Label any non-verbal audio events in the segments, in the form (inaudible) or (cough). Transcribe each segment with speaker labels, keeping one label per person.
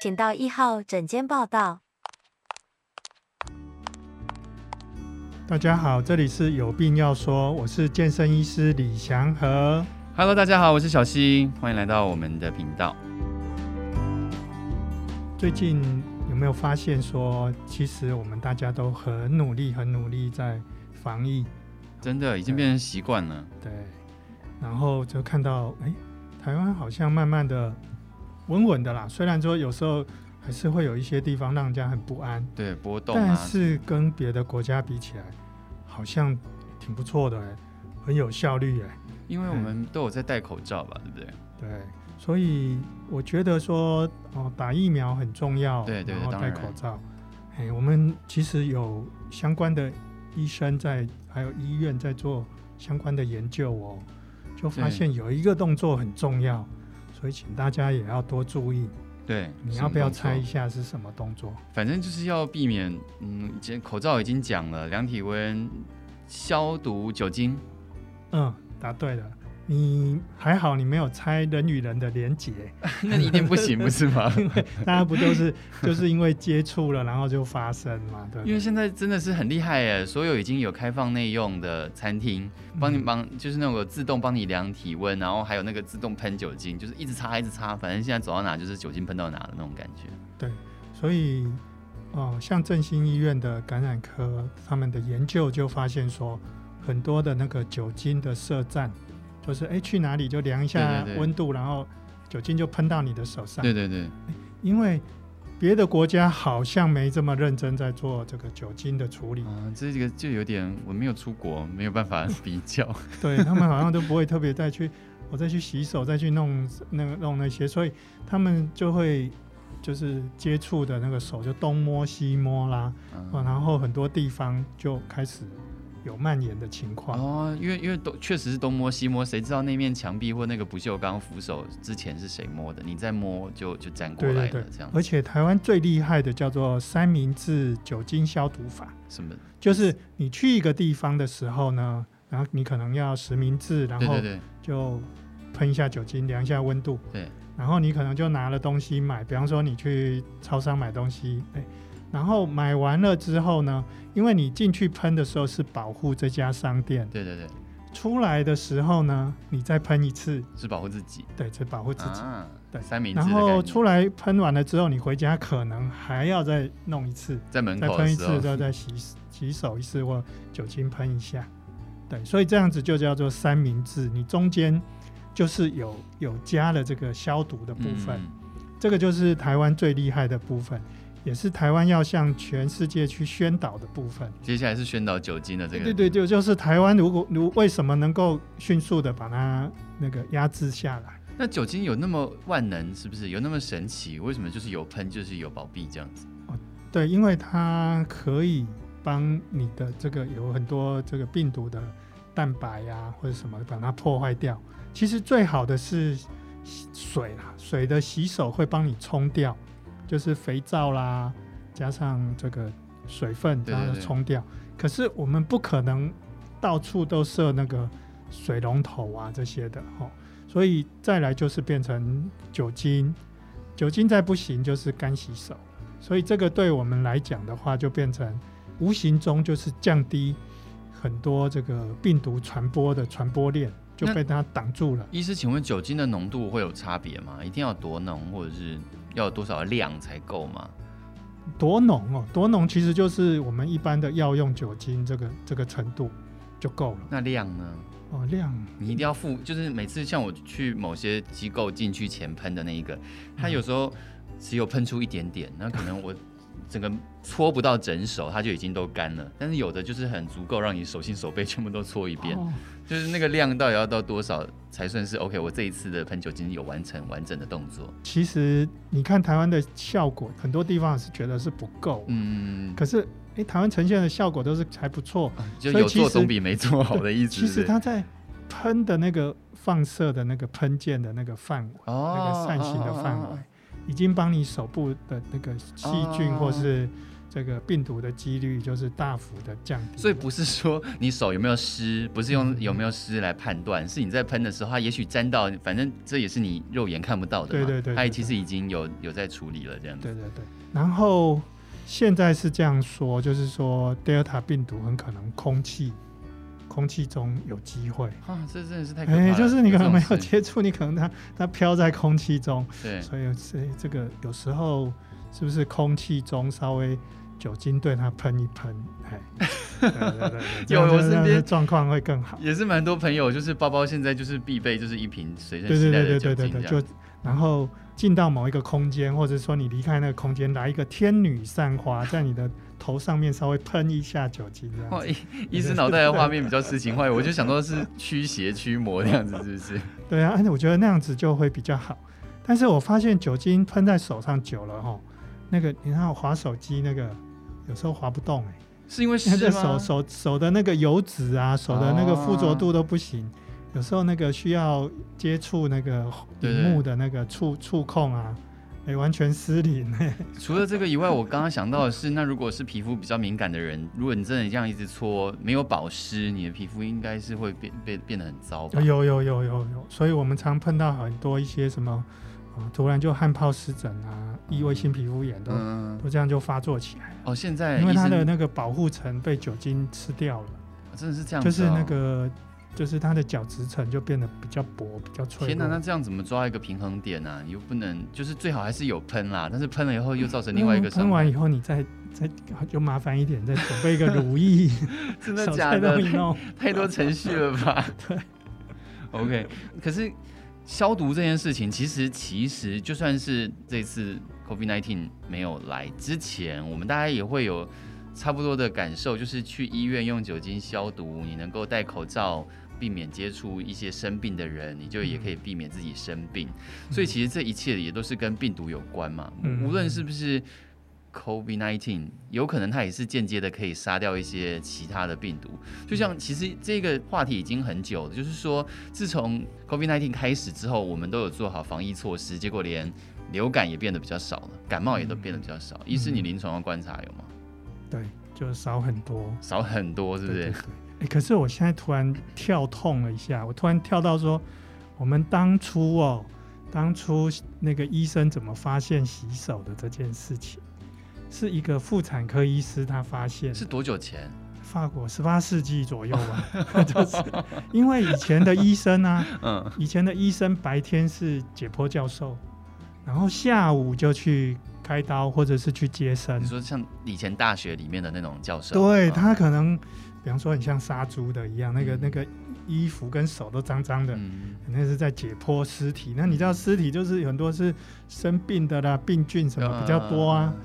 Speaker 1: 请到一号诊间报到。
Speaker 2: 大家好，这里是有病要说，我是健身医师李祥和。
Speaker 3: Hello，大家好，我是小溪，欢迎来到我们的频道。
Speaker 2: 最近有没有发现说，其实我们大家都很努力、很努力在防疫？
Speaker 3: 真的已经
Speaker 2: 对
Speaker 3: 变成习惯了，
Speaker 2: 对，然后就看到，哎，台湾好像慢慢的稳稳的啦，虽然说有时候还是会有一些地方让人家很不安，
Speaker 3: 对波动
Speaker 2: 但
Speaker 3: 啊，
Speaker 2: 是跟别的国家比起来，好像挺不错的、哎，很有效率、哎。
Speaker 3: 因为我们都有在戴口罩吧，对不对？
Speaker 2: 对，所以我觉得说，哦，打疫苗很重要，
Speaker 3: 对对
Speaker 2: 然后
Speaker 3: 当
Speaker 2: 戴
Speaker 3: 然
Speaker 2: 口罩。哎，我们其实有相关的医生在，还有医院在做相关的研究哦，就发
Speaker 3: 对
Speaker 2: 现有一个动作很重要，所以请大家也要多注意。
Speaker 3: 对，
Speaker 2: 你
Speaker 3: 什
Speaker 2: 要
Speaker 3: 么
Speaker 2: 不要
Speaker 3: 动作
Speaker 2: 猜一？下是什么动作？
Speaker 3: 反正就是要避免，嗯，已经口罩已经讲了，量体温、消毒酒精， (laughs)
Speaker 2: 嗯，答对了。你还好，你没有猜人与人的连结，
Speaker 3: 那一定不行，不是
Speaker 2: (laughs)
Speaker 3: 吗？
Speaker 2: 大家不都是 (laughs) 就是因为接触了，然后就发生嘛，对不对？
Speaker 3: 因为现在真的是很厉害耶，所有已经有开放内用的餐厅，帮你
Speaker 2: 嗯
Speaker 3: 帮就是那种自动帮你量体温，然后还有那个自动喷酒精，就是一直擦一直擦，反正现在走到哪就是酒精喷到哪的那种感觉。
Speaker 2: 所以，哦，像振兴医院的感染科，他们的研究就发现说，很多的那个酒精的设站，就是哎去哪里就量一下
Speaker 3: 对对对
Speaker 2: 温度，然后酒精就喷到你的手上。
Speaker 3: 对对对，
Speaker 2: 因为别的国家好像没这么认真在做这个酒精的处理，
Speaker 3: 啊，这个就有点我没有出国，没有办法比较。 (laughs)
Speaker 2: 对他们好像都不会特别再去， (laughs) 我再去洗手，再去弄那个弄那些，所以他们就会就是接触的那个手就东摸西摸啦。哦，
Speaker 3: 嗯、
Speaker 2: 然后很多地方就开始有蔓延的情况。
Speaker 3: 哦，因为因为都确实是东摸西摸，谁知道那面墙壁或那个不锈钢扶手之前是谁摸的？你再摸就就粘过
Speaker 2: 对
Speaker 3: 来
Speaker 2: 对
Speaker 3: 了，
Speaker 2: 对
Speaker 3: 这样
Speaker 2: 而且台湾最厉害的叫做三明治酒精消毒法，
Speaker 3: 什么？
Speaker 2: 就是你去一个地方的时候呢，然后你可能要实名制，然
Speaker 3: 对
Speaker 2: 后
Speaker 3: 对对，
Speaker 2: 就喷一下酒精，量一下温度。
Speaker 3: 对。
Speaker 2: 然后你可能就拿了东西买，比方说你去超商买东西，哎，然后买完了之后呢，因为你进去喷的时候是保护这家商店，
Speaker 3: 对对对，
Speaker 2: 出来的时候呢，你再喷一次，
Speaker 3: 是保护自己。
Speaker 2: 对，只保护自己。
Speaker 3: 啊，
Speaker 2: 对
Speaker 3: 三明治
Speaker 2: 然
Speaker 3: 的概
Speaker 2: 后
Speaker 3: 念
Speaker 2: 出来喷完了之后，你回家可能还要再弄一次，
Speaker 3: 在门
Speaker 2: 再
Speaker 3: 口
Speaker 2: 喷
Speaker 3: 的
Speaker 2: 一
Speaker 3: 时
Speaker 2: 次，
Speaker 3: 候，
Speaker 2: 再再洗洗手一次或酒精喷一下。对，所以这样子就叫做三明治，你中间就是有有加了这个消毒的部分，
Speaker 3: 嗯
Speaker 2: 这个就是台湾最厉害的部分，也是台湾要向全世界去宣导的部分。
Speaker 3: 接下来是宣导酒精的这个，
Speaker 2: 对对，对，就是台湾如果如为什么能够迅速的把它那个压制下来？
Speaker 3: 那酒精有那么万能，是不是有那么神奇？为什么就是有喷就是有保庇这样子？
Speaker 2: 对，因为它可以帮你的这个有很多这个病毒的蛋白呀、或者什么把它破坏掉。其实最好的是洗水啦，水的洗手会帮你冲掉，就是肥皂啦，加上这个水分，
Speaker 3: 对对
Speaker 2: 然后
Speaker 3: 对
Speaker 2: 冲掉。可是我们不可能到处都设那个水龙头啊这些的哦，所以再来就是变成酒精，酒精再不行就是干洗手。所以这个对我们来讲的话，就变成无形中就是降低很多这个病毒传播的传播链就
Speaker 3: 那
Speaker 2: 被它挡住了。
Speaker 3: 医师，请问酒精的浓度会有差别吗？一定要多浓，或者是要有多少量才够吗？
Speaker 2: 多浓哦，多浓其实就是我们一般的药用酒精这个这个程度就够了
Speaker 3: 那量呢？
Speaker 2: 哦，量
Speaker 3: 你一定要付，就是每次像我去某些机构进去前喷的那一个，它有时候只有喷出一点点，那可能我整个搓不到整手，它就已经都干了。但是有的就是很足够让你手心手背全部都搓一遍，
Speaker 2: 哦
Speaker 3: 就是那个量到底要到多少才算是 OK？我这一次的喷酒精有完成完整的动作。
Speaker 2: 其实你看台湾的效果，很多地方是觉得是不够，
Speaker 3: 嗯，
Speaker 2: 可是诶，台湾呈现的效果都是还不错。
Speaker 3: 就
Speaker 2: 所以
Speaker 3: 有
Speaker 2: 其
Speaker 3: 做
Speaker 2: 实
Speaker 3: 总比没做好的意思。
Speaker 2: 其实
Speaker 3: 对
Speaker 2: 它在喷的那个放射的那个喷溅的那个范围，
Speaker 3: 哦
Speaker 2: 那个扇形的范围
Speaker 3: 哦哦，
Speaker 2: 已经帮你手部的那个细菌
Speaker 3: 哦
Speaker 2: 或是这个病毒的几率就是大幅的降低。
Speaker 3: 所以不是说你手有没有湿，不是用有没有湿来判断，是你在喷的时候，它也许沾到，反正这也是你肉眼看不到的嘛。
Speaker 2: 对对对对
Speaker 3: 它也其实已经有有在处理了这样子。
Speaker 2: 对对对。然后现在是这样说，就是说 Delta 病毒很可能空气空气中有机会。
Speaker 3: 啊，这真的是太可怕了。
Speaker 2: 哎，就是你可能没
Speaker 3: 这
Speaker 2: 有
Speaker 3: 种事
Speaker 2: 接触，你可能它它飘在空气中，
Speaker 3: 对，
Speaker 2: 所以这这个有时候是不是空气中稍微酒精对它喷一喷，
Speaker 3: (laughs)
Speaker 2: 哎，对对对对，这样
Speaker 3: 有我
Speaker 2: 这样
Speaker 3: 身边
Speaker 2: 状况会更好。
Speaker 3: 也是蛮多朋友，就是包包现在就是必备，就是一瓶随身
Speaker 2: 对
Speaker 3: 携
Speaker 2: 对
Speaker 3: 带
Speaker 2: 对对
Speaker 3: 的酒
Speaker 2: 对对
Speaker 3: 精这
Speaker 2: 对，
Speaker 3: 样。
Speaker 2: 就然后进到某一个空间，或者说你离开那个空间，来一个天女散花，在你的头上面稍微喷一下酒精，这样
Speaker 3: 哦，
Speaker 2: 子。
Speaker 3: 医医师脑袋的画面比较诗情画意，我就想说是驱邪驱魔这样子，是不是？
Speaker 2: 对啊，而且我觉得那样子就会比较好。但是我发现酒精喷在手上久了哈，那个你看我滑手机那个有时候滑不动哎、
Speaker 3: 是因为湿
Speaker 2: 那个
Speaker 3: 吗
Speaker 2: 手？手手的那个油脂啊，手的那个附着度都不行。有时候那个需要接触那个
Speaker 3: 对对
Speaker 2: 荧幕的那个触触控啊，哎、完全失灵、哎
Speaker 3: 除了这个以外，我刚刚想到的是，那如果是皮肤比较敏感的人，如果你真的这样一直搓，没有保湿，你的皮肤应该是会变变变得很糟吧？
Speaker 2: 有有有有有，所以我们常碰到很多一些什么，呃、突然就汗疱湿疹啊、异位性皮肤炎都、
Speaker 3: 嗯，
Speaker 2: 都这样就发作起来，
Speaker 3: 哦，现在
Speaker 2: 因为
Speaker 3: 医
Speaker 2: 它
Speaker 3: 生
Speaker 2: 的那个保护层被酒精吃掉了，
Speaker 3: 真的是这样子、
Speaker 2: 就
Speaker 3: 哦，
Speaker 2: 是那个就是它的角质层就变得比较薄、比较脆
Speaker 3: 天哪，那
Speaker 2: 弱。
Speaker 3: 这样怎么抓一个平衡点呢、啊？你又不能，就是最好还是有喷啦，但是喷了以后又造成另外一个
Speaker 2: 喷
Speaker 3: 伤害
Speaker 2: (laughs) 完，以后，你再再 (laughs) 就麻烦一点，再准备一个乳液，
Speaker 3: (laughs) 真的
Speaker 2: 手
Speaker 3: 假
Speaker 2: 再
Speaker 3: 的
Speaker 2: 弄？一
Speaker 3: (laughs)
Speaker 2: 弄。
Speaker 3: 太多程序了吧？对，OK。可是消毒这件事情，其实其实就算是这次 COVID-19 没有来之前，我们大家也会有差不多的感受，就是去医院用酒精消毒，你能够戴口罩。避免接触一些生病的人，你就也可以避免自己生病。所以其实这一切也都是跟病毒有关嘛。
Speaker 2: 嗯
Speaker 3: 无论是不是 COVID nineteen，有可能它也是间接的可以杀掉一些其他的病毒。就像其实这个话题已经很久了，就是说自从 COVID nineteen 开始之后，我们都有做好防疫措施，结果连流感也变得比较少了，感冒也都变得比较少。医师，你临床的观察有吗？
Speaker 2: 对，就少很多。
Speaker 3: 少很多，是不
Speaker 2: 对
Speaker 3: 是？
Speaker 2: 哎，可是我现在突然跳痛了一下，我突然跳到说，我们当初哦，当初那个医生怎么发现洗手的这件事情，是一个妇产科医师他发现，
Speaker 3: 是多久前？
Speaker 2: 法国十八世纪左右 (laughs) 吧，就是因为以前的医生啊，
Speaker 3: 嗯，
Speaker 2: 以前的医生白天是解剖教授，然后下午就去开刀或者是去接生
Speaker 3: 你，说像以前大学里面的那种教授，
Speaker 2: 对
Speaker 3: 嗯
Speaker 2: 他可能，比方说很像杀猪的一样，那个
Speaker 3: 嗯
Speaker 2: 那个衣服跟手都脏脏的，
Speaker 3: 嗯，
Speaker 2: 那是在解剖尸体。那你知道尸体就是有很多是生病的啦，病菌什么比较多啊。
Speaker 3: 嗯？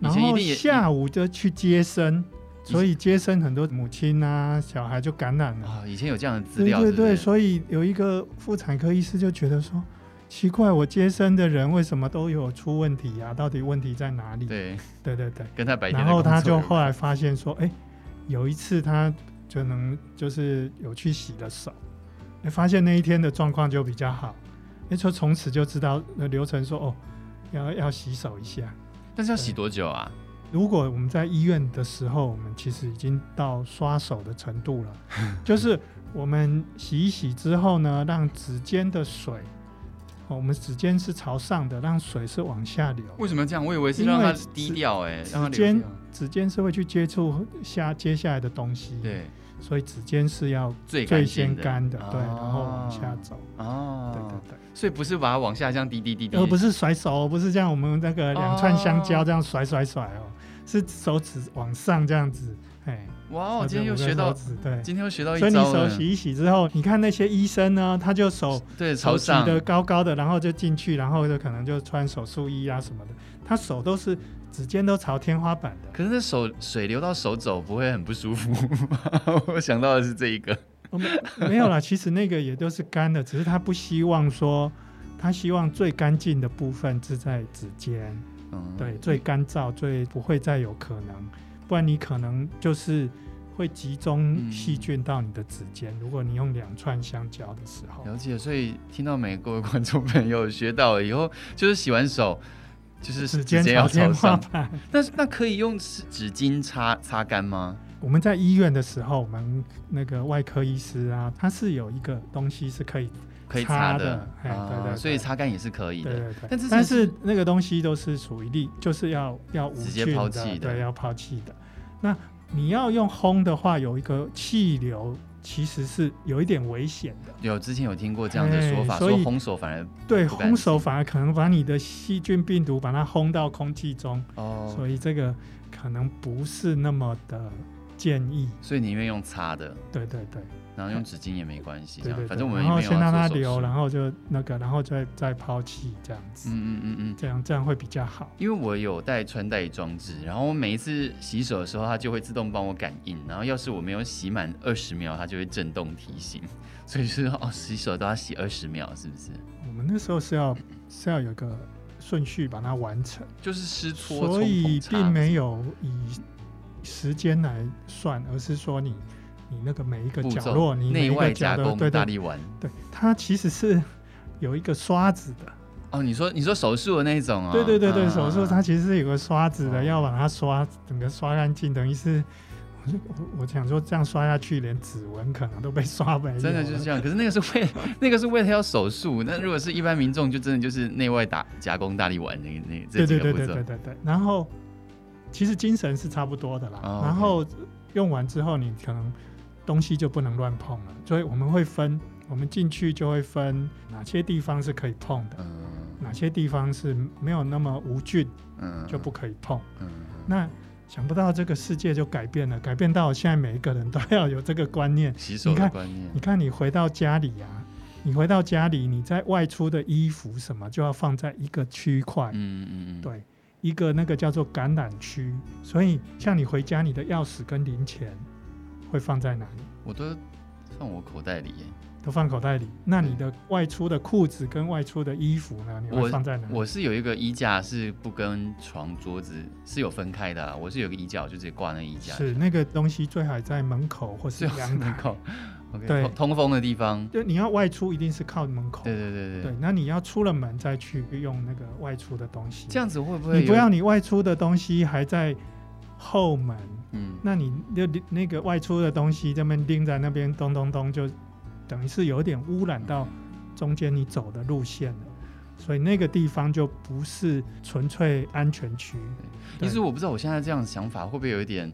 Speaker 3: 以
Speaker 2: 然
Speaker 3: 前一
Speaker 2: 后
Speaker 3: 定也
Speaker 2: 下午就去接生，
Speaker 3: 以
Speaker 2: 所以接生很多母亲啊、小孩就感染了。
Speaker 3: 啊、以前有这样的资
Speaker 2: 对
Speaker 3: 料，
Speaker 2: 对
Speaker 3: 是不
Speaker 2: 对，
Speaker 3: 是
Speaker 2: 所以有一个妇产科医师就觉得说，奇怪，我接生的人为什么都有出问题啊？到底问题在哪里？
Speaker 3: 对，
Speaker 2: 对对对。
Speaker 3: 跟他白天
Speaker 2: 然
Speaker 3: 的
Speaker 2: 后他
Speaker 3: 工作
Speaker 2: 就
Speaker 3: 有
Speaker 2: 后来发现说，哎、有一次他就能就是有去洗了手，哎，发现那一天的状况就比较好，哎，就从此就知道那流程说哦，要要洗手一下。
Speaker 3: 但是要洗多久啊？
Speaker 2: 如果我们在医院的时候，我们其实已经到刷手的程度
Speaker 3: (laughs)
Speaker 2: 了，就是我们洗一洗之后呢，让指尖的水，哦，我们指尖是朝上的，让水是往下流。
Speaker 3: 为什么要这样？我以为是
Speaker 2: 因
Speaker 3: 让
Speaker 2: 为
Speaker 3: 它
Speaker 2: 指
Speaker 3: 低调、哎，让它
Speaker 2: 指
Speaker 3: 流
Speaker 2: 尖
Speaker 3: 掉。
Speaker 2: 指尖是会去接触下接下来的东西，，
Speaker 3: 对，
Speaker 2: 所以指尖是要
Speaker 3: 最
Speaker 2: 最
Speaker 3: 干
Speaker 2: 先
Speaker 3: 净的
Speaker 2: 干的，对，
Speaker 3: 哦
Speaker 2: 然后往下走，对
Speaker 3: 哦，
Speaker 2: 对对，
Speaker 3: 所以不是把它往下这样滴滴滴滴，
Speaker 2: 而不是甩手，不是像我们那个两串香蕉这样甩甩甩哦，是手指往上这样子，哎，
Speaker 3: 哇哦，
Speaker 2: 或者
Speaker 3: 今天又
Speaker 2: 五个
Speaker 3: 学
Speaker 2: 手，
Speaker 3: 到
Speaker 2: 指，对，
Speaker 3: 今天又学到一
Speaker 2: 所以你
Speaker 3: 招
Speaker 2: 手
Speaker 3: 了。
Speaker 2: 洗一洗之后，你看那些医生呢，他就手
Speaker 3: 对，朝
Speaker 2: 手举
Speaker 3: 上
Speaker 2: 得高高的，然后就进去，然后就可能就穿手术衣啊什么的，他手都是指尖都朝天花板的。
Speaker 3: 可是那手水流到手肘不会很不舒服吗？ (laughs) 我想到的是这一个，
Speaker 2: 哦没 (laughs) 没有啦，其实那个也都是干的，只是他不希望说，他希望最干净的部分是在指尖，
Speaker 3: 嗯，
Speaker 2: 对，最干燥、最不会再有可能，不然你可能就是会集中细菌到你的指尖。
Speaker 3: 嗯
Speaker 2: 如果你用两串香蕉的时候，
Speaker 3: 了解，所以听到没，各位观众朋友学到了以后，就是洗完手就是
Speaker 2: 指
Speaker 3: 直
Speaker 2: 尖
Speaker 3: 接要
Speaker 2: 朝
Speaker 3: 朝
Speaker 2: 天花
Speaker 3: 上。
Speaker 2: 板。 (laughs)
Speaker 3: 但是那可以用纸纸巾擦擦干吗？
Speaker 2: 我们在医院的时候，我们那个外科医师啊，他是有一个东西是可以，
Speaker 3: 可以
Speaker 2: 擦
Speaker 3: 擦
Speaker 2: 的哎
Speaker 3: 啊
Speaker 2: 对对对
Speaker 3: 所以擦干也是可以
Speaker 2: 对
Speaker 3: 的。
Speaker 2: 对对，
Speaker 3: 但这才
Speaker 2: 但
Speaker 3: 是
Speaker 2: 是那个东西都是属于利，就是要要无
Speaker 3: 直接
Speaker 2: 菌
Speaker 3: 抛弃的
Speaker 2: 对，要抛弃的。那你要用烘的话，有一个气流其实是有一点危险的，
Speaker 3: 有之前有听过这样的
Speaker 2: 哎
Speaker 3: 说法，
Speaker 2: 所
Speaker 3: 说
Speaker 2: 以
Speaker 3: 烘手反而
Speaker 2: 对，
Speaker 3: 不干净
Speaker 2: 烘手反而可能把你的细菌病毒把它烘到空气中，
Speaker 3: 哦，
Speaker 2: 所以这个可能不是那么的建议。
Speaker 3: 所以宁愿用擦的，
Speaker 2: 对对对，
Speaker 3: 然后用纸巾也没关系，
Speaker 2: 嗯对
Speaker 3: 这样
Speaker 2: 对
Speaker 3: 反
Speaker 2: 对。
Speaker 3: 正我们也
Speaker 2: 然后
Speaker 3: 没有
Speaker 2: 先让它
Speaker 3: 要做手
Speaker 2: 流，
Speaker 3: 术
Speaker 2: 然。后就那个，然后再再抛弃这样子，
Speaker 3: 嗯嗯嗯嗯。
Speaker 2: 这样这样会比较好。
Speaker 3: 因为我有带穿戴装置，然后我每一次洗手的时候，它就会自动帮我感应。然后要是我没有洗满二十秒，它就会震动提醒。 (laughs) 所以就是哦，洗手都要洗二十秒，是不是？
Speaker 2: 我们那时候是要是要有个顺序把它完成，
Speaker 3: 就是湿搓，
Speaker 2: 所
Speaker 3: 冲
Speaker 2: 以
Speaker 3: 捧擦
Speaker 2: 并没有以时间来算，而是说你你那个每一个
Speaker 3: 步
Speaker 2: 角
Speaker 3: 骤
Speaker 2: 落，你每
Speaker 3: 内
Speaker 2: 一个
Speaker 3: 外
Speaker 2: 角
Speaker 3: 加
Speaker 2: 落，
Speaker 3: 工
Speaker 2: 对
Speaker 3: 大
Speaker 2: 对
Speaker 3: 力丸。
Speaker 2: 对，它其实是有一个刷子的，
Speaker 3: 哦，你说你说手术的那一种啊？
Speaker 2: 对对对
Speaker 3: 啊
Speaker 2: 对，
Speaker 3: 啊
Speaker 2: 手术它其实是有个刷子的，
Speaker 3: 哦
Speaker 2: 要把它刷整个刷干净，等于是。我就我我想说，这样刷下去，连指纹可能都被刷没有了。啊
Speaker 3: 真的就是这样。可是那个是为那个是为了要手术，那如果是一般民众，就真的就是内外打加工大力丸那个那
Speaker 2: 对
Speaker 3: 这几
Speaker 2: 对
Speaker 3: 个
Speaker 2: 对
Speaker 3: 步
Speaker 2: 对
Speaker 3: 骤
Speaker 2: 对。对对。然后其实精神是差不多的啦。
Speaker 3: 哦
Speaker 2: 然后用完之后，你可能东西就不能乱碰了，所以我们会分，我们进去就会分哪些地方是可以碰的，
Speaker 3: 嗯
Speaker 2: 哪些地方是没有那么无菌
Speaker 3: 嗯
Speaker 2: 就不可以碰。
Speaker 3: 嗯
Speaker 2: 那想不到这个世界就改变了，改变到现在每一个人都要有这个观念。
Speaker 3: 洗手
Speaker 2: 你
Speaker 3: 的
Speaker 2: 看
Speaker 3: 观念
Speaker 2: 你看，你回到家里啊，你回到家里，你在外出的衣服什么就要放在一个区块，
Speaker 3: 嗯嗯嗯，
Speaker 2: 对，一个那个叫做感染区，所以像你回家，你的钥匙跟零钱会放在哪里？
Speaker 3: 我都放我口袋里耶。
Speaker 2: 都放口袋里。那你的外出的裤子跟外出的衣服呢？你会放在哪里？
Speaker 3: 我是有一个衣架是不跟床桌子是有分开的、啊，我是有个衣架，我就直接挂那衣架，
Speaker 2: 是那个东西最好在门口或是
Speaker 3: 最好是
Speaker 2: 阳
Speaker 3: 门
Speaker 2: 台。
Speaker 3: 口，OK，
Speaker 2: 啊对
Speaker 3: 通通风的地方。
Speaker 2: (laughs) 就你要外出，一定是靠门口。
Speaker 3: 对对对
Speaker 2: 对，那你要出了门再去用那个外出的东西。
Speaker 3: 这样子会不会
Speaker 2: 你不
Speaker 3: 有
Speaker 2: 要你外出的东西还在后门，
Speaker 3: 嗯
Speaker 2: 那你就那个外出的东西这边拎在那边咚咚咚，就等于是有点污染到中间你走的路线了，所以那个地方就不是纯粹安全区。
Speaker 3: 其
Speaker 2: 对
Speaker 3: 实我不知道我现在这样想法会不会有一点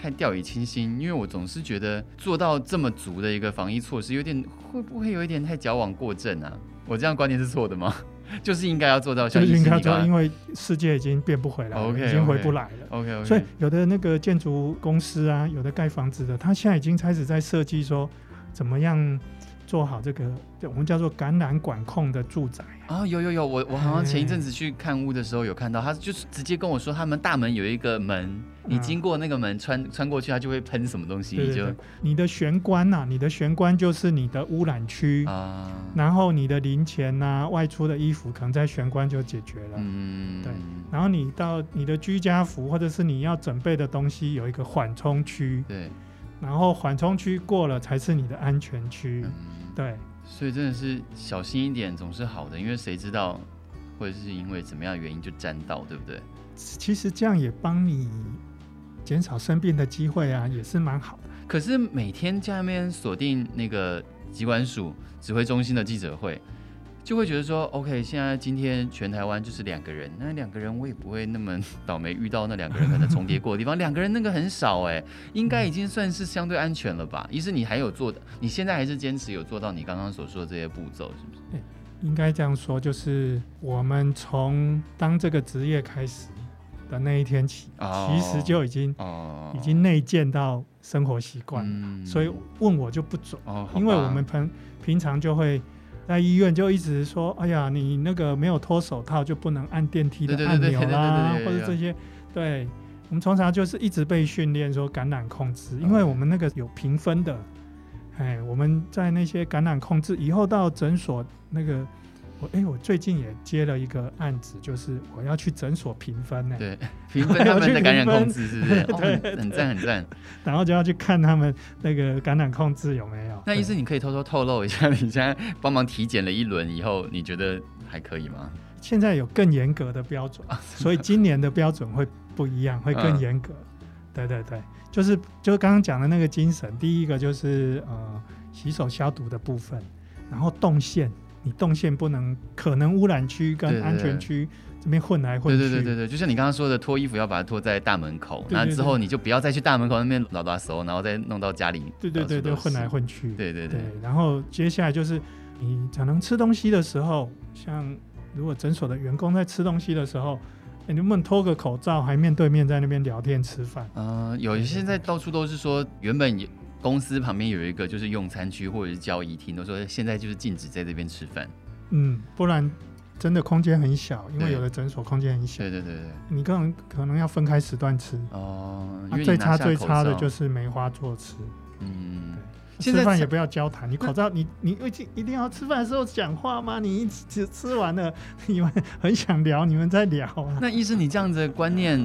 Speaker 3: 太掉以轻心，因为我总是觉得做到这么足的一个防疫措施，有点会不会有一点太矫枉过正啊？我这样观念是错的吗？ (laughs) 就是应该要做到
Speaker 2: 就
Speaker 3: 哦像
Speaker 2: 是
Speaker 3: 医
Speaker 2: 应
Speaker 3: 生
Speaker 2: 该
Speaker 3: 你
Speaker 2: 说，
Speaker 3: 刚
Speaker 2: 因为世界已经变不回来了
Speaker 3: OK，哦
Speaker 2: 已经回不来了。
Speaker 3: OK OK，
Speaker 2: 所以有的那个建筑公司啊，有的盖房子的，他现在已经开始在设计说，怎么样做好这个我们叫做感染管控的住宅。
Speaker 3: 啊，有有有，我我好像前一
Speaker 2: 哎
Speaker 3: 阵子去看屋的时候有看到，他就是直接跟我说，他们大门有一个门，你
Speaker 2: 嗯
Speaker 3: 经过那个门穿穿过去，它就会喷什么东西，
Speaker 2: 对
Speaker 3: 你
Speaker 2: 对
Speaker 3: 就
Speaker 2: 对，你的玄关呐、你的玄关就是你的污染区，
Speaker 3: 啊，
Speaker 2: 然后你的零钱呐、外出的衣服可能在玄关就解决了。
Speaker 3: 嗯，
Speaker 2: 对然后你到你的居家服或者是你要准备的东西有一个缓冲区，
Speaker 3: 对，
Speaker 2: 然后缓冲区过了才是你的安全区
Speaker 3: 嗯。，
Speaker 2: 对，
Speaker 3: 所以真的是小心一点总是好的，因为谁知道，或者是因为怎么样的原因就沾到，对不对？
Speaker 2: 其实这样也帮你减少生病的机会啊，也是蛮好的。
Speaker 3: 可是每天在那边锁定那个疾管署指挥中心的记者会，就会觉得说，OK，现在今天全台湾就是两个人，那两个人我也不会那么倒霉遇到那两个人可能重叠过的地方，两个人那个很少哎、应该已经算是相对安全了吧？一是你还有做的，你现在还是坚持有做到你刚刚所说的这些步骤，是不是？
Speaker 2: 应该这样说，就是我们从当这个职业开始的那一天起，
Speaker 3: 哦
Speaker 2: 其实就已经
Speaker 3: 哦
Speaker 2: 已经内建到生活习惯，
Speaker 3: 嗯
Speaker 2: 所以问我就不准，
Speaker 3: 哦，好
Speaker 2: 因为
Speaker 3: 吧
Speaker 2: 我们平平常就会在医院就一直说，哎呀，你那个没有脱手套就不能按电梯的
Speaker 3: 对对
Speaker 2: 按
Speaker 3: 对对
Speaker 2: 钮
Speaker 3: 对对
Speaker 2: 啦，
Speaker 3: 对对
Speaker 2: 或
Speaker 3: 对
Speaker 2: 者这些，对我们通常就是一直被训练说感染控制，因为我们那个有评分的，哎，我们在那些感染控制以后到诊所那个。我哎、我最近也接了一个案子，就是我要去诊所评分呢、
Speaker 3: 对评分
Speaker 2: 啊
Speaker 3: 他们的感染控制是
Speaker 2: (laughs)
Speaker 3: 不是？哦，
Speaker 2: 对
Speaker 3: 很很赞很赞。
Speaker 2: 然后就要去看他们那个感染控制有没有。
Speaker 3: 那
Speaker 2: 对
Speaker 3: 医 (laughs) 生，你可以偷偷透露一下，你现在帮忙体检了一轮以后，你觉得还可以吗？
Speaker 2: 现在有更严格的标准，
Speaker 3: 啊
Speaker 2: 所以今年的标准会不一样，会
Speaker 3: 嗯
Speaker 2: 更严格。对对对，就是就是刚刚讲的那个精神，第一个就是呃洗手消毒的部分，然后动线，你动线不能可能污染区
Speaker 3: 对
Speaker 2: 跟
Speaker 3: 对
Speaker 2: 安全区这边混来混
Speaker 3: 对
Speaker 2: 去，
Speaker 3: 对对对对，就像你刚刚说的，脱衣服要把它脱在大门口，
Speaker 2: 对对
Speaker 3: 那
Speaker 2: 对
Speaker 3: 之后你就不要再去大门口那边拉拉手，然后再弄到家里，
Speaker 2: 对对对
Speaker 3: 到
Speaker 2: 对
Speaker 3: 处都是
Speaker 2: 混来，混去，
Speaker 3: 对对
Speaker 2: 对
Speaker 3: 对，，
Speaker 2: 然后接下来就是你可能吃东西的时候，像如果诊所的员工在吃东西的时候，诶你能不能脱个口罩，还面对面在那边聊天吃饭？
Speaker 3: 嗯，有一些现在到处都是说，原本也公司旁边有一个就是用餐区或者是交易厅，都说现在就是禁止在这边吃饭。
Speaker 2: 嗯，不然真的空间很小，因为
Speaker 3: 对
Speaker 2: 有的诊所空间很小，
Speaker 3: 对对对对，
Speaker 2: 你可能可能要分开时段吃。
Speaker 3: 哦，因
Speaker 2: 啊
Speaker 3: 为你
Speaker 2: 最
Speaker 3: 拿
Speaker 2: 差
Speaker 3: 下
Speaker 2: 最
Speaker 3: 口
Speaker 2: 差的
Speaker 3: 罩
Speaker 2: 就是梅花座吃，
Speaker 3: 嗯，现
Speaker 2: 吃
Speaker 3: 在
Speaker 2: 饭
Speaker 3: 才
Speaker 2: 也不要交谈。你口罩，你你一定一定要吃饭的时候讲话吗？你一直吃完了，你们很想聊，你们在聊啊。
Speaker 3: (laughs) 那医生，你这样子的观念，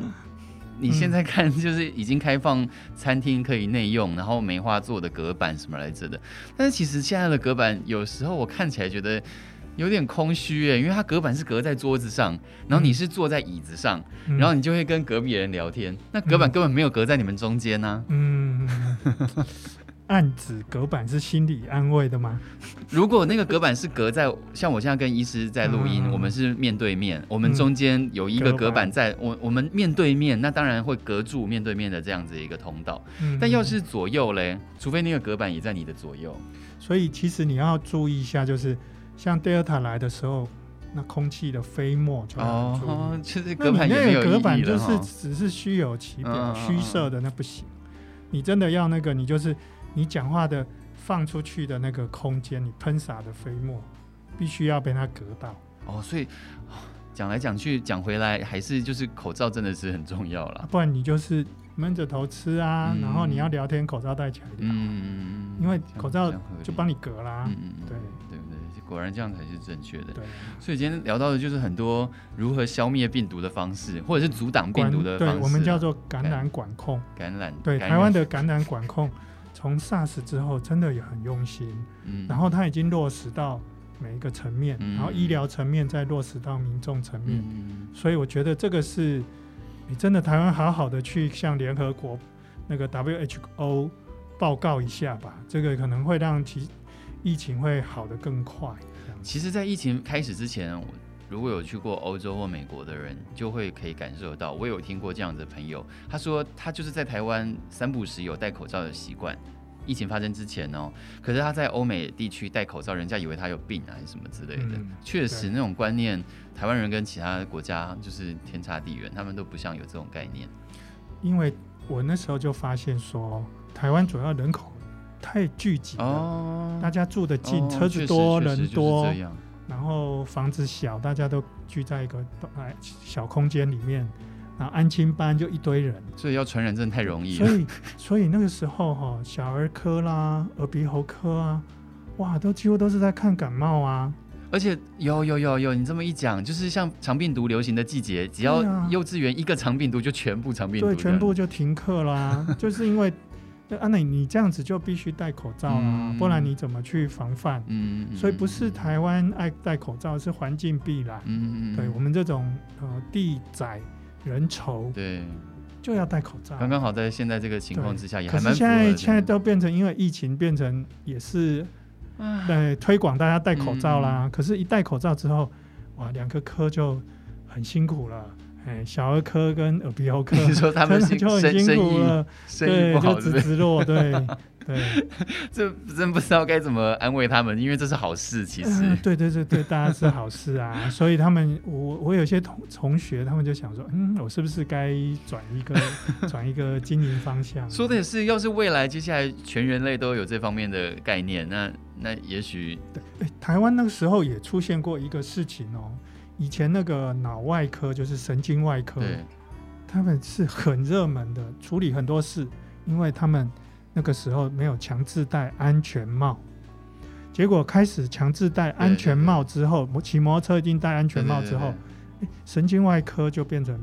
Speaker 3: 你现在看就是已经开放餐厅可以内用，然后梅花做的隔板什么来着的，但是其实现在的隔板有时候我看起来觉得。有点空虚耶，因为它隔板是隔在桌子上，然后你是坐在椅子上，
Speaker 2: 嗯
Speaker 3: 然后你就会跟隔壁人聊天。那隔板
Speaker 2: 嗯
Speaker 3: 根本没有隔在你们中间啊呢、
Speaker 2: 嗯，暗指隔板是心理安慰的吗？
Speaker 3: 如果那个隔板是隔在，像我现在跟医师在录音，
Speaker 2: 嗯
Speaker 3: 我们是面对面，我们中间有一个隔板在，我我们面对面，那当然会隔住面对面的这样子一个通道。
Speaker 2: 嗯，
Speaker 3: 但要是左右嘞，除非那个隔板也在你的左右，
Speaker 2: 所以其实你要注意一下，就是像 Delta 来的时候，那空气的飞沫就要很注意。
Speaker 3: 哦，就是
Speaker 2: 那
Speaker 3: 隔
Speaker 2: 你
Speaker 3: 板也没
Speaker 2: 那
Speaker 3: 有
Speaker 2: 个隔
Speaker 3: 意
Speaker 2: 板
Speaker 3: 义
Speaker 2: 就
Speaker 3: 了
Speaker 2: 是
Speaker 3: 哈。
Speaker 2: 只是虚有其
Speaker 3: 嗯嗯
Speaker 2: 表、
Speaker 3: 嗯
Speaker 2: 虚设的那不行。你真的要那个，你就是你讲话的放出去的那个空间，你喷洒的飞沫，必须要被它隔到。
Speaker 3: 哦，所以哦讲来讲去讲回来，还是就是口罩真的是很重要
Speaker 2: 啊
Speaker 3: 啦。
Speaker 2: 不然你就是闷着头吃啊，
Speaker 3: 嗯
Speaker 2: 然后你要聊天，口罩戴起来聊，
Speaker 3: 嗯，
Speaker 2: 因为
Speaker 3: 这样
Speaker 2: 口罩
Speaker 3: 这样合理
Speaker 2: 就帮你隔啦。
Speaker 3: 嗯嗯嗯，
Speaker 2: 对
Speaker 3: 对不对？果然这样才是正确的。
Speaker 2: 对，
Speaker 3: 所以今天聊到的就是很多如何消灭病毒的方式，或者是阻挡病
Speaker 2: 管
Speaker 3: 毒的方
Speaker 2: 对
Speaker 3: 式啊。
Speaker 2: 我们叫做感染管控。
Speaker 3: 感染。
Speaker 2: 对，
Speaker 3: 感
Speaker 2: 台
Speaker 3: 染
Speaker 2: 湾的感染管控从 SARS 之后真的也很用心，
Speaker 3: 嗯
Speaker 2: 然后它已经落实到每一个层面，
Speaker 3: 嗯
Speaker 2: 然后医疗层面再落实到民众层面，
Speaker 3: 嗯
Speaker 2: 所以我觉得这个是你真的台湾好好的去向联合国那个 WHO 报告一下吧，这个可能会让其疫情会好得更快。这样子
Speaker 3: 其实，在疫情开始之前，我如果有去过欧洲或美国的人，就会可以感受到。我有听过这样的朋友，他说他就是在台湾三不五时有戴口罩的习惯。疫情发生之前哦，可是他在欧美地区戴口罩，人家以为他有病啊还是什么之类的
Speaker 2: 嗯。
Speaker 3: 确、实，那种观念，台湾人跟其他国家就是天差地远，他们都不像有这种概念。
Speaker 2: 因为我那时候就发现说，台湾主要人口太聚集了。
Speaker 3: 哦，
Speaker 2: 大家住得近，
Speaker 3: 哦
Speaker 2: 车
Speaker 3: 确
Speaker 2: 子
Speaker 3: 实
Speaker 2: 多，
Speaker 3: 确实
Speaker 2: 人
Speaker 3: 就是
Speaker 2: 多，
Speaker 3: 这样
Speaker 2: 然后房子小，大家都聚在一个哎小空间里面，然后安亲班就一堆人，
Speaker 3: 所以要传染真的太容易
Speaker 2: 所
Speaker 3: 了。
Speaker 2: 以所以那个时候哈、小儿科啦、耳鼻喉科啊，哇，都几乎都是在看感冒啊，
Speaker 3: 而且有有有有，你这么一讲，就是像肠病毒流行的季节，只要
Speaker 2: 对啊
Speaker 3: 幼稚园一个肠病毒，就全部肠病毒
Speaker 2: 对，
Speaker 3: 这样，
Speaker 2: 全部就停课
Speaker 3: (laughs)
Speaker 2: 啦，就是因为啊，那你这样子就必须戴口罩啦，啊
Speaker 3: 嗯
Speaker 2: 不然你怎么去防范？
Speaker 3: 嗯，嗯，
Speaker 2: 所以不是台湾爱戴口罩，是环境必然。
Speaker 3: 嗯，嗯嗯，
Speaker 2: 对我们这种呃地窄人稠，
Speaker 3: 对，
Speaker 2: 就要戴口罩。
Speaker 3: 刚刚好在现在这个情况之下，也
Speaker 2: 可
Speaker 3: 还
Speaker 2: 是
Speaker 3: 蛮符
Speaker 2: 现
Speaker 3: 合
Speaker 2: 在
Speaker 3: 的
Speaker 2: 现在都变成因为疫情变成也是
Speaker 3: 唉嗯
Speaker 2: 呃推广大家戴口罩啦。可是，一戴口罩之后，哇，两个科就很辛苦了。哎，小儿科跟耳鼻喉科
Speaker 3: 你说他们
Speaker 2: 真的
Speaker 3: 辛
Speaker 2: 就很
Speaker 3: 生
Speaker 2: 辛
Speaker 3: 生
Speaker 2: 苦
Speaker 3: 意
Speaker 2: 了，
Speaker 3: 生意
Speaker 2: 对，
Speaker 3: 不
Speaker 2: 就
Speaker 3: 好，是不
Speaker 2: 直
Speaker 3: 是？
Speaker 2: 直落，
Speaker 3: (laughs)
Speaker 2: 对对， (laughs)
Speaker 3: 这真不知道该怎么安慰他们，因为这是好事，其
Speaker 2: 嗯
Speaker 3: 实，
Speaker 2: 对对对对，大家是好事啊。所以他们，我我有些同同学，他们就想说，嗯，我是不是该转一
Speaker 3: (laughs)
Speaker 2: 个转一个经营方向？啊
Speaker 3: 说的也是，要是未来接下来全人类都有这方面的概念，那那也许
Speaker 2: 诶台湾那个时候也出现过一个事情哦，以前那个脑外科就是神经外科，
Speaker 3: 对，
Speaker 2: 他们是很热门的，处理很多事，因为他们那个时候没有强制戴安全帽。结果开始强制戴安全帽之后，摩骑摩托车一定戴安全帽之后，
Speaker 3: 对对对
Speaker 2: 诶
Speaker 3: 对
Speaker 2: 神经外科就变成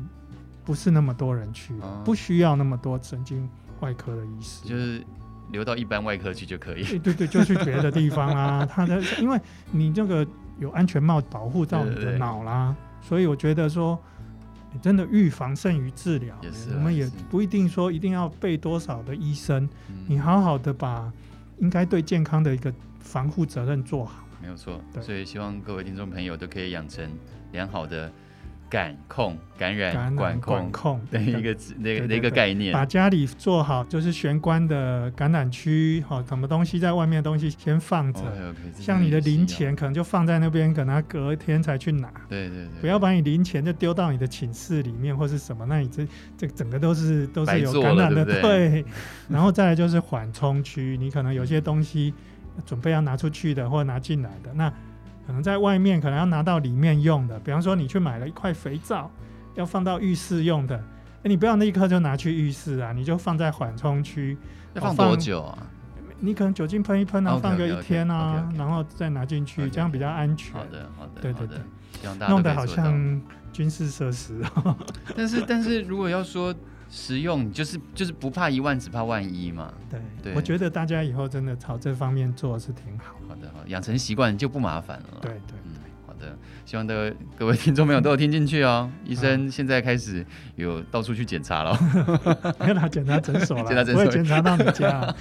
Speaker 2: 不是那么多人去了，
Speaker 3: 哦
Speaker 2: 不需要那么多神经外科的医师，
Speaker 3: 就是留到一般外科去就可以。
Speaker 2: 诶对对，就去别
Speaker 3: (laughs)
Speaker 2: 的地方啊。他的，因为你这个有安全帽保护到你
Speaker 3: 对对
Speaker 2: 的
Speaker 3: 对
Speaker 2: 脑啦，所以我觉得说，你真的预防胜于治疗。欸
Speaker 3: 也是啊
Speaker 2: 我们也
Speaker 3: 是
Speaker 2: 不一定说一定要备多少的医生，
Speaker 3: 嗯
Speaker 2: 你好好的把应该对健康的一个防护责任做好。
Speaker 3: 没有错，
Speaker 2: 对
Speaker 3: 所以希望各位听众朋友都可以养成良好的感控、感染、
Speaker 2: 感染
Speaker 3: 管
Speaker 2: 管
Speaker 3: 控
Speaker 2: 控
Speaker 3: 的一个那个
Speaker 2: 对
Speaker 3: 的
Speaker 2: 对
Speaker 3: 一个概念。
Speaker 2: 把家里做好，就是玄关的感染区，好、什么东西在外面的东西先放着，
Speaker 3: 哦，OK，OK，这
Speaker 2: 像你的
Speaker 3: 真是
Speaker 2: 零
Speaker 3: 要，
Speaker 2: 钱可能就放在那边，可能他隔天才去拿。
Speaker 3: 对对对，
Speaker 2: 不要把你零钱就丢到你的寝室里面或是什么，那你这这整个都是都是
Speaker 3: 白
Speaker 2: 有
Speaker 3: 做
Speaker 2: 感
Speaker 3: 了
Speaker 2: 染的，
Speaker 3: 对不对 (laughs)
Speaker 2: 然后再来就是缓冲区，你可能有些东西准备要拿出去的或者拿进来的，那可能在外面可能要拿到里面用的，比方说你去买了一块肥皂，要放到浴室用的。诶你不要立刻就拿去浴室啊，你就放在缓冲区。
Speaker 3: 要
Speaker 2: 哦
Speaker 3: 放
Speaker 2: 放
Speaker 3: 多久啊？
Speaker 2: 你可能酒精喷一喷啊，
Speaker 3: OK，OK，OK，
Speaker 2: 放个一天啊
Speaker 3: OK，OK，OK
Speaker 2: 然后再拿进去
Speaker 3: OK，OK
Speaker 2: 这样比较安全。
Speaker 3: 好的，好的，
Speaker 2: 对
Speaker 3: 好
Speaker 2: 对
Speaker 3: 的
Speaker 2: 对，
Speaker 3: 希望大家
Speaker 2: 弄
Speaker 3: 都
Speaker 2: 得
Speaker 3: 可以
Speaker 2: 好
Speaker 3: 做到
Speaker 2: 像军事设施哦。(laughs)
Speaker 3: 但是但是如果要说实用，就是就是不怕一万，只怕万一嘛。
Speaker 2: 对，
Speaker 3: 对
Speaker 2: 我觉得大家以后真的朝这方面做是挺好。
Speaker 3: 好的，好的，养成习惯就不麻烦了。
Speaker 2: 对，对，
Speaker 3: 嗯，好的，希望的各位听众朋友都有听进去哦。
Speaker 2: 嗯
Speaker 3: 医生现在开始有到处去检查了。
Speaker 2: 没有啦，检查诊所啦，
Speaker 3: (laughs) 检查诊
Speaker 2: 不
Speaker 3: 所
Speaker 2: 会检查到你家 (laughs) 啊。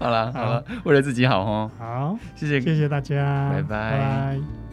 Speaker 3: 好了好了，为了自己好哦，
Speaker 2: 好，
Speaker 3: 谢谢
Speaker 2: 谢谢大家，
Speaker 3: 拜拜
Speaker 2: 拜拜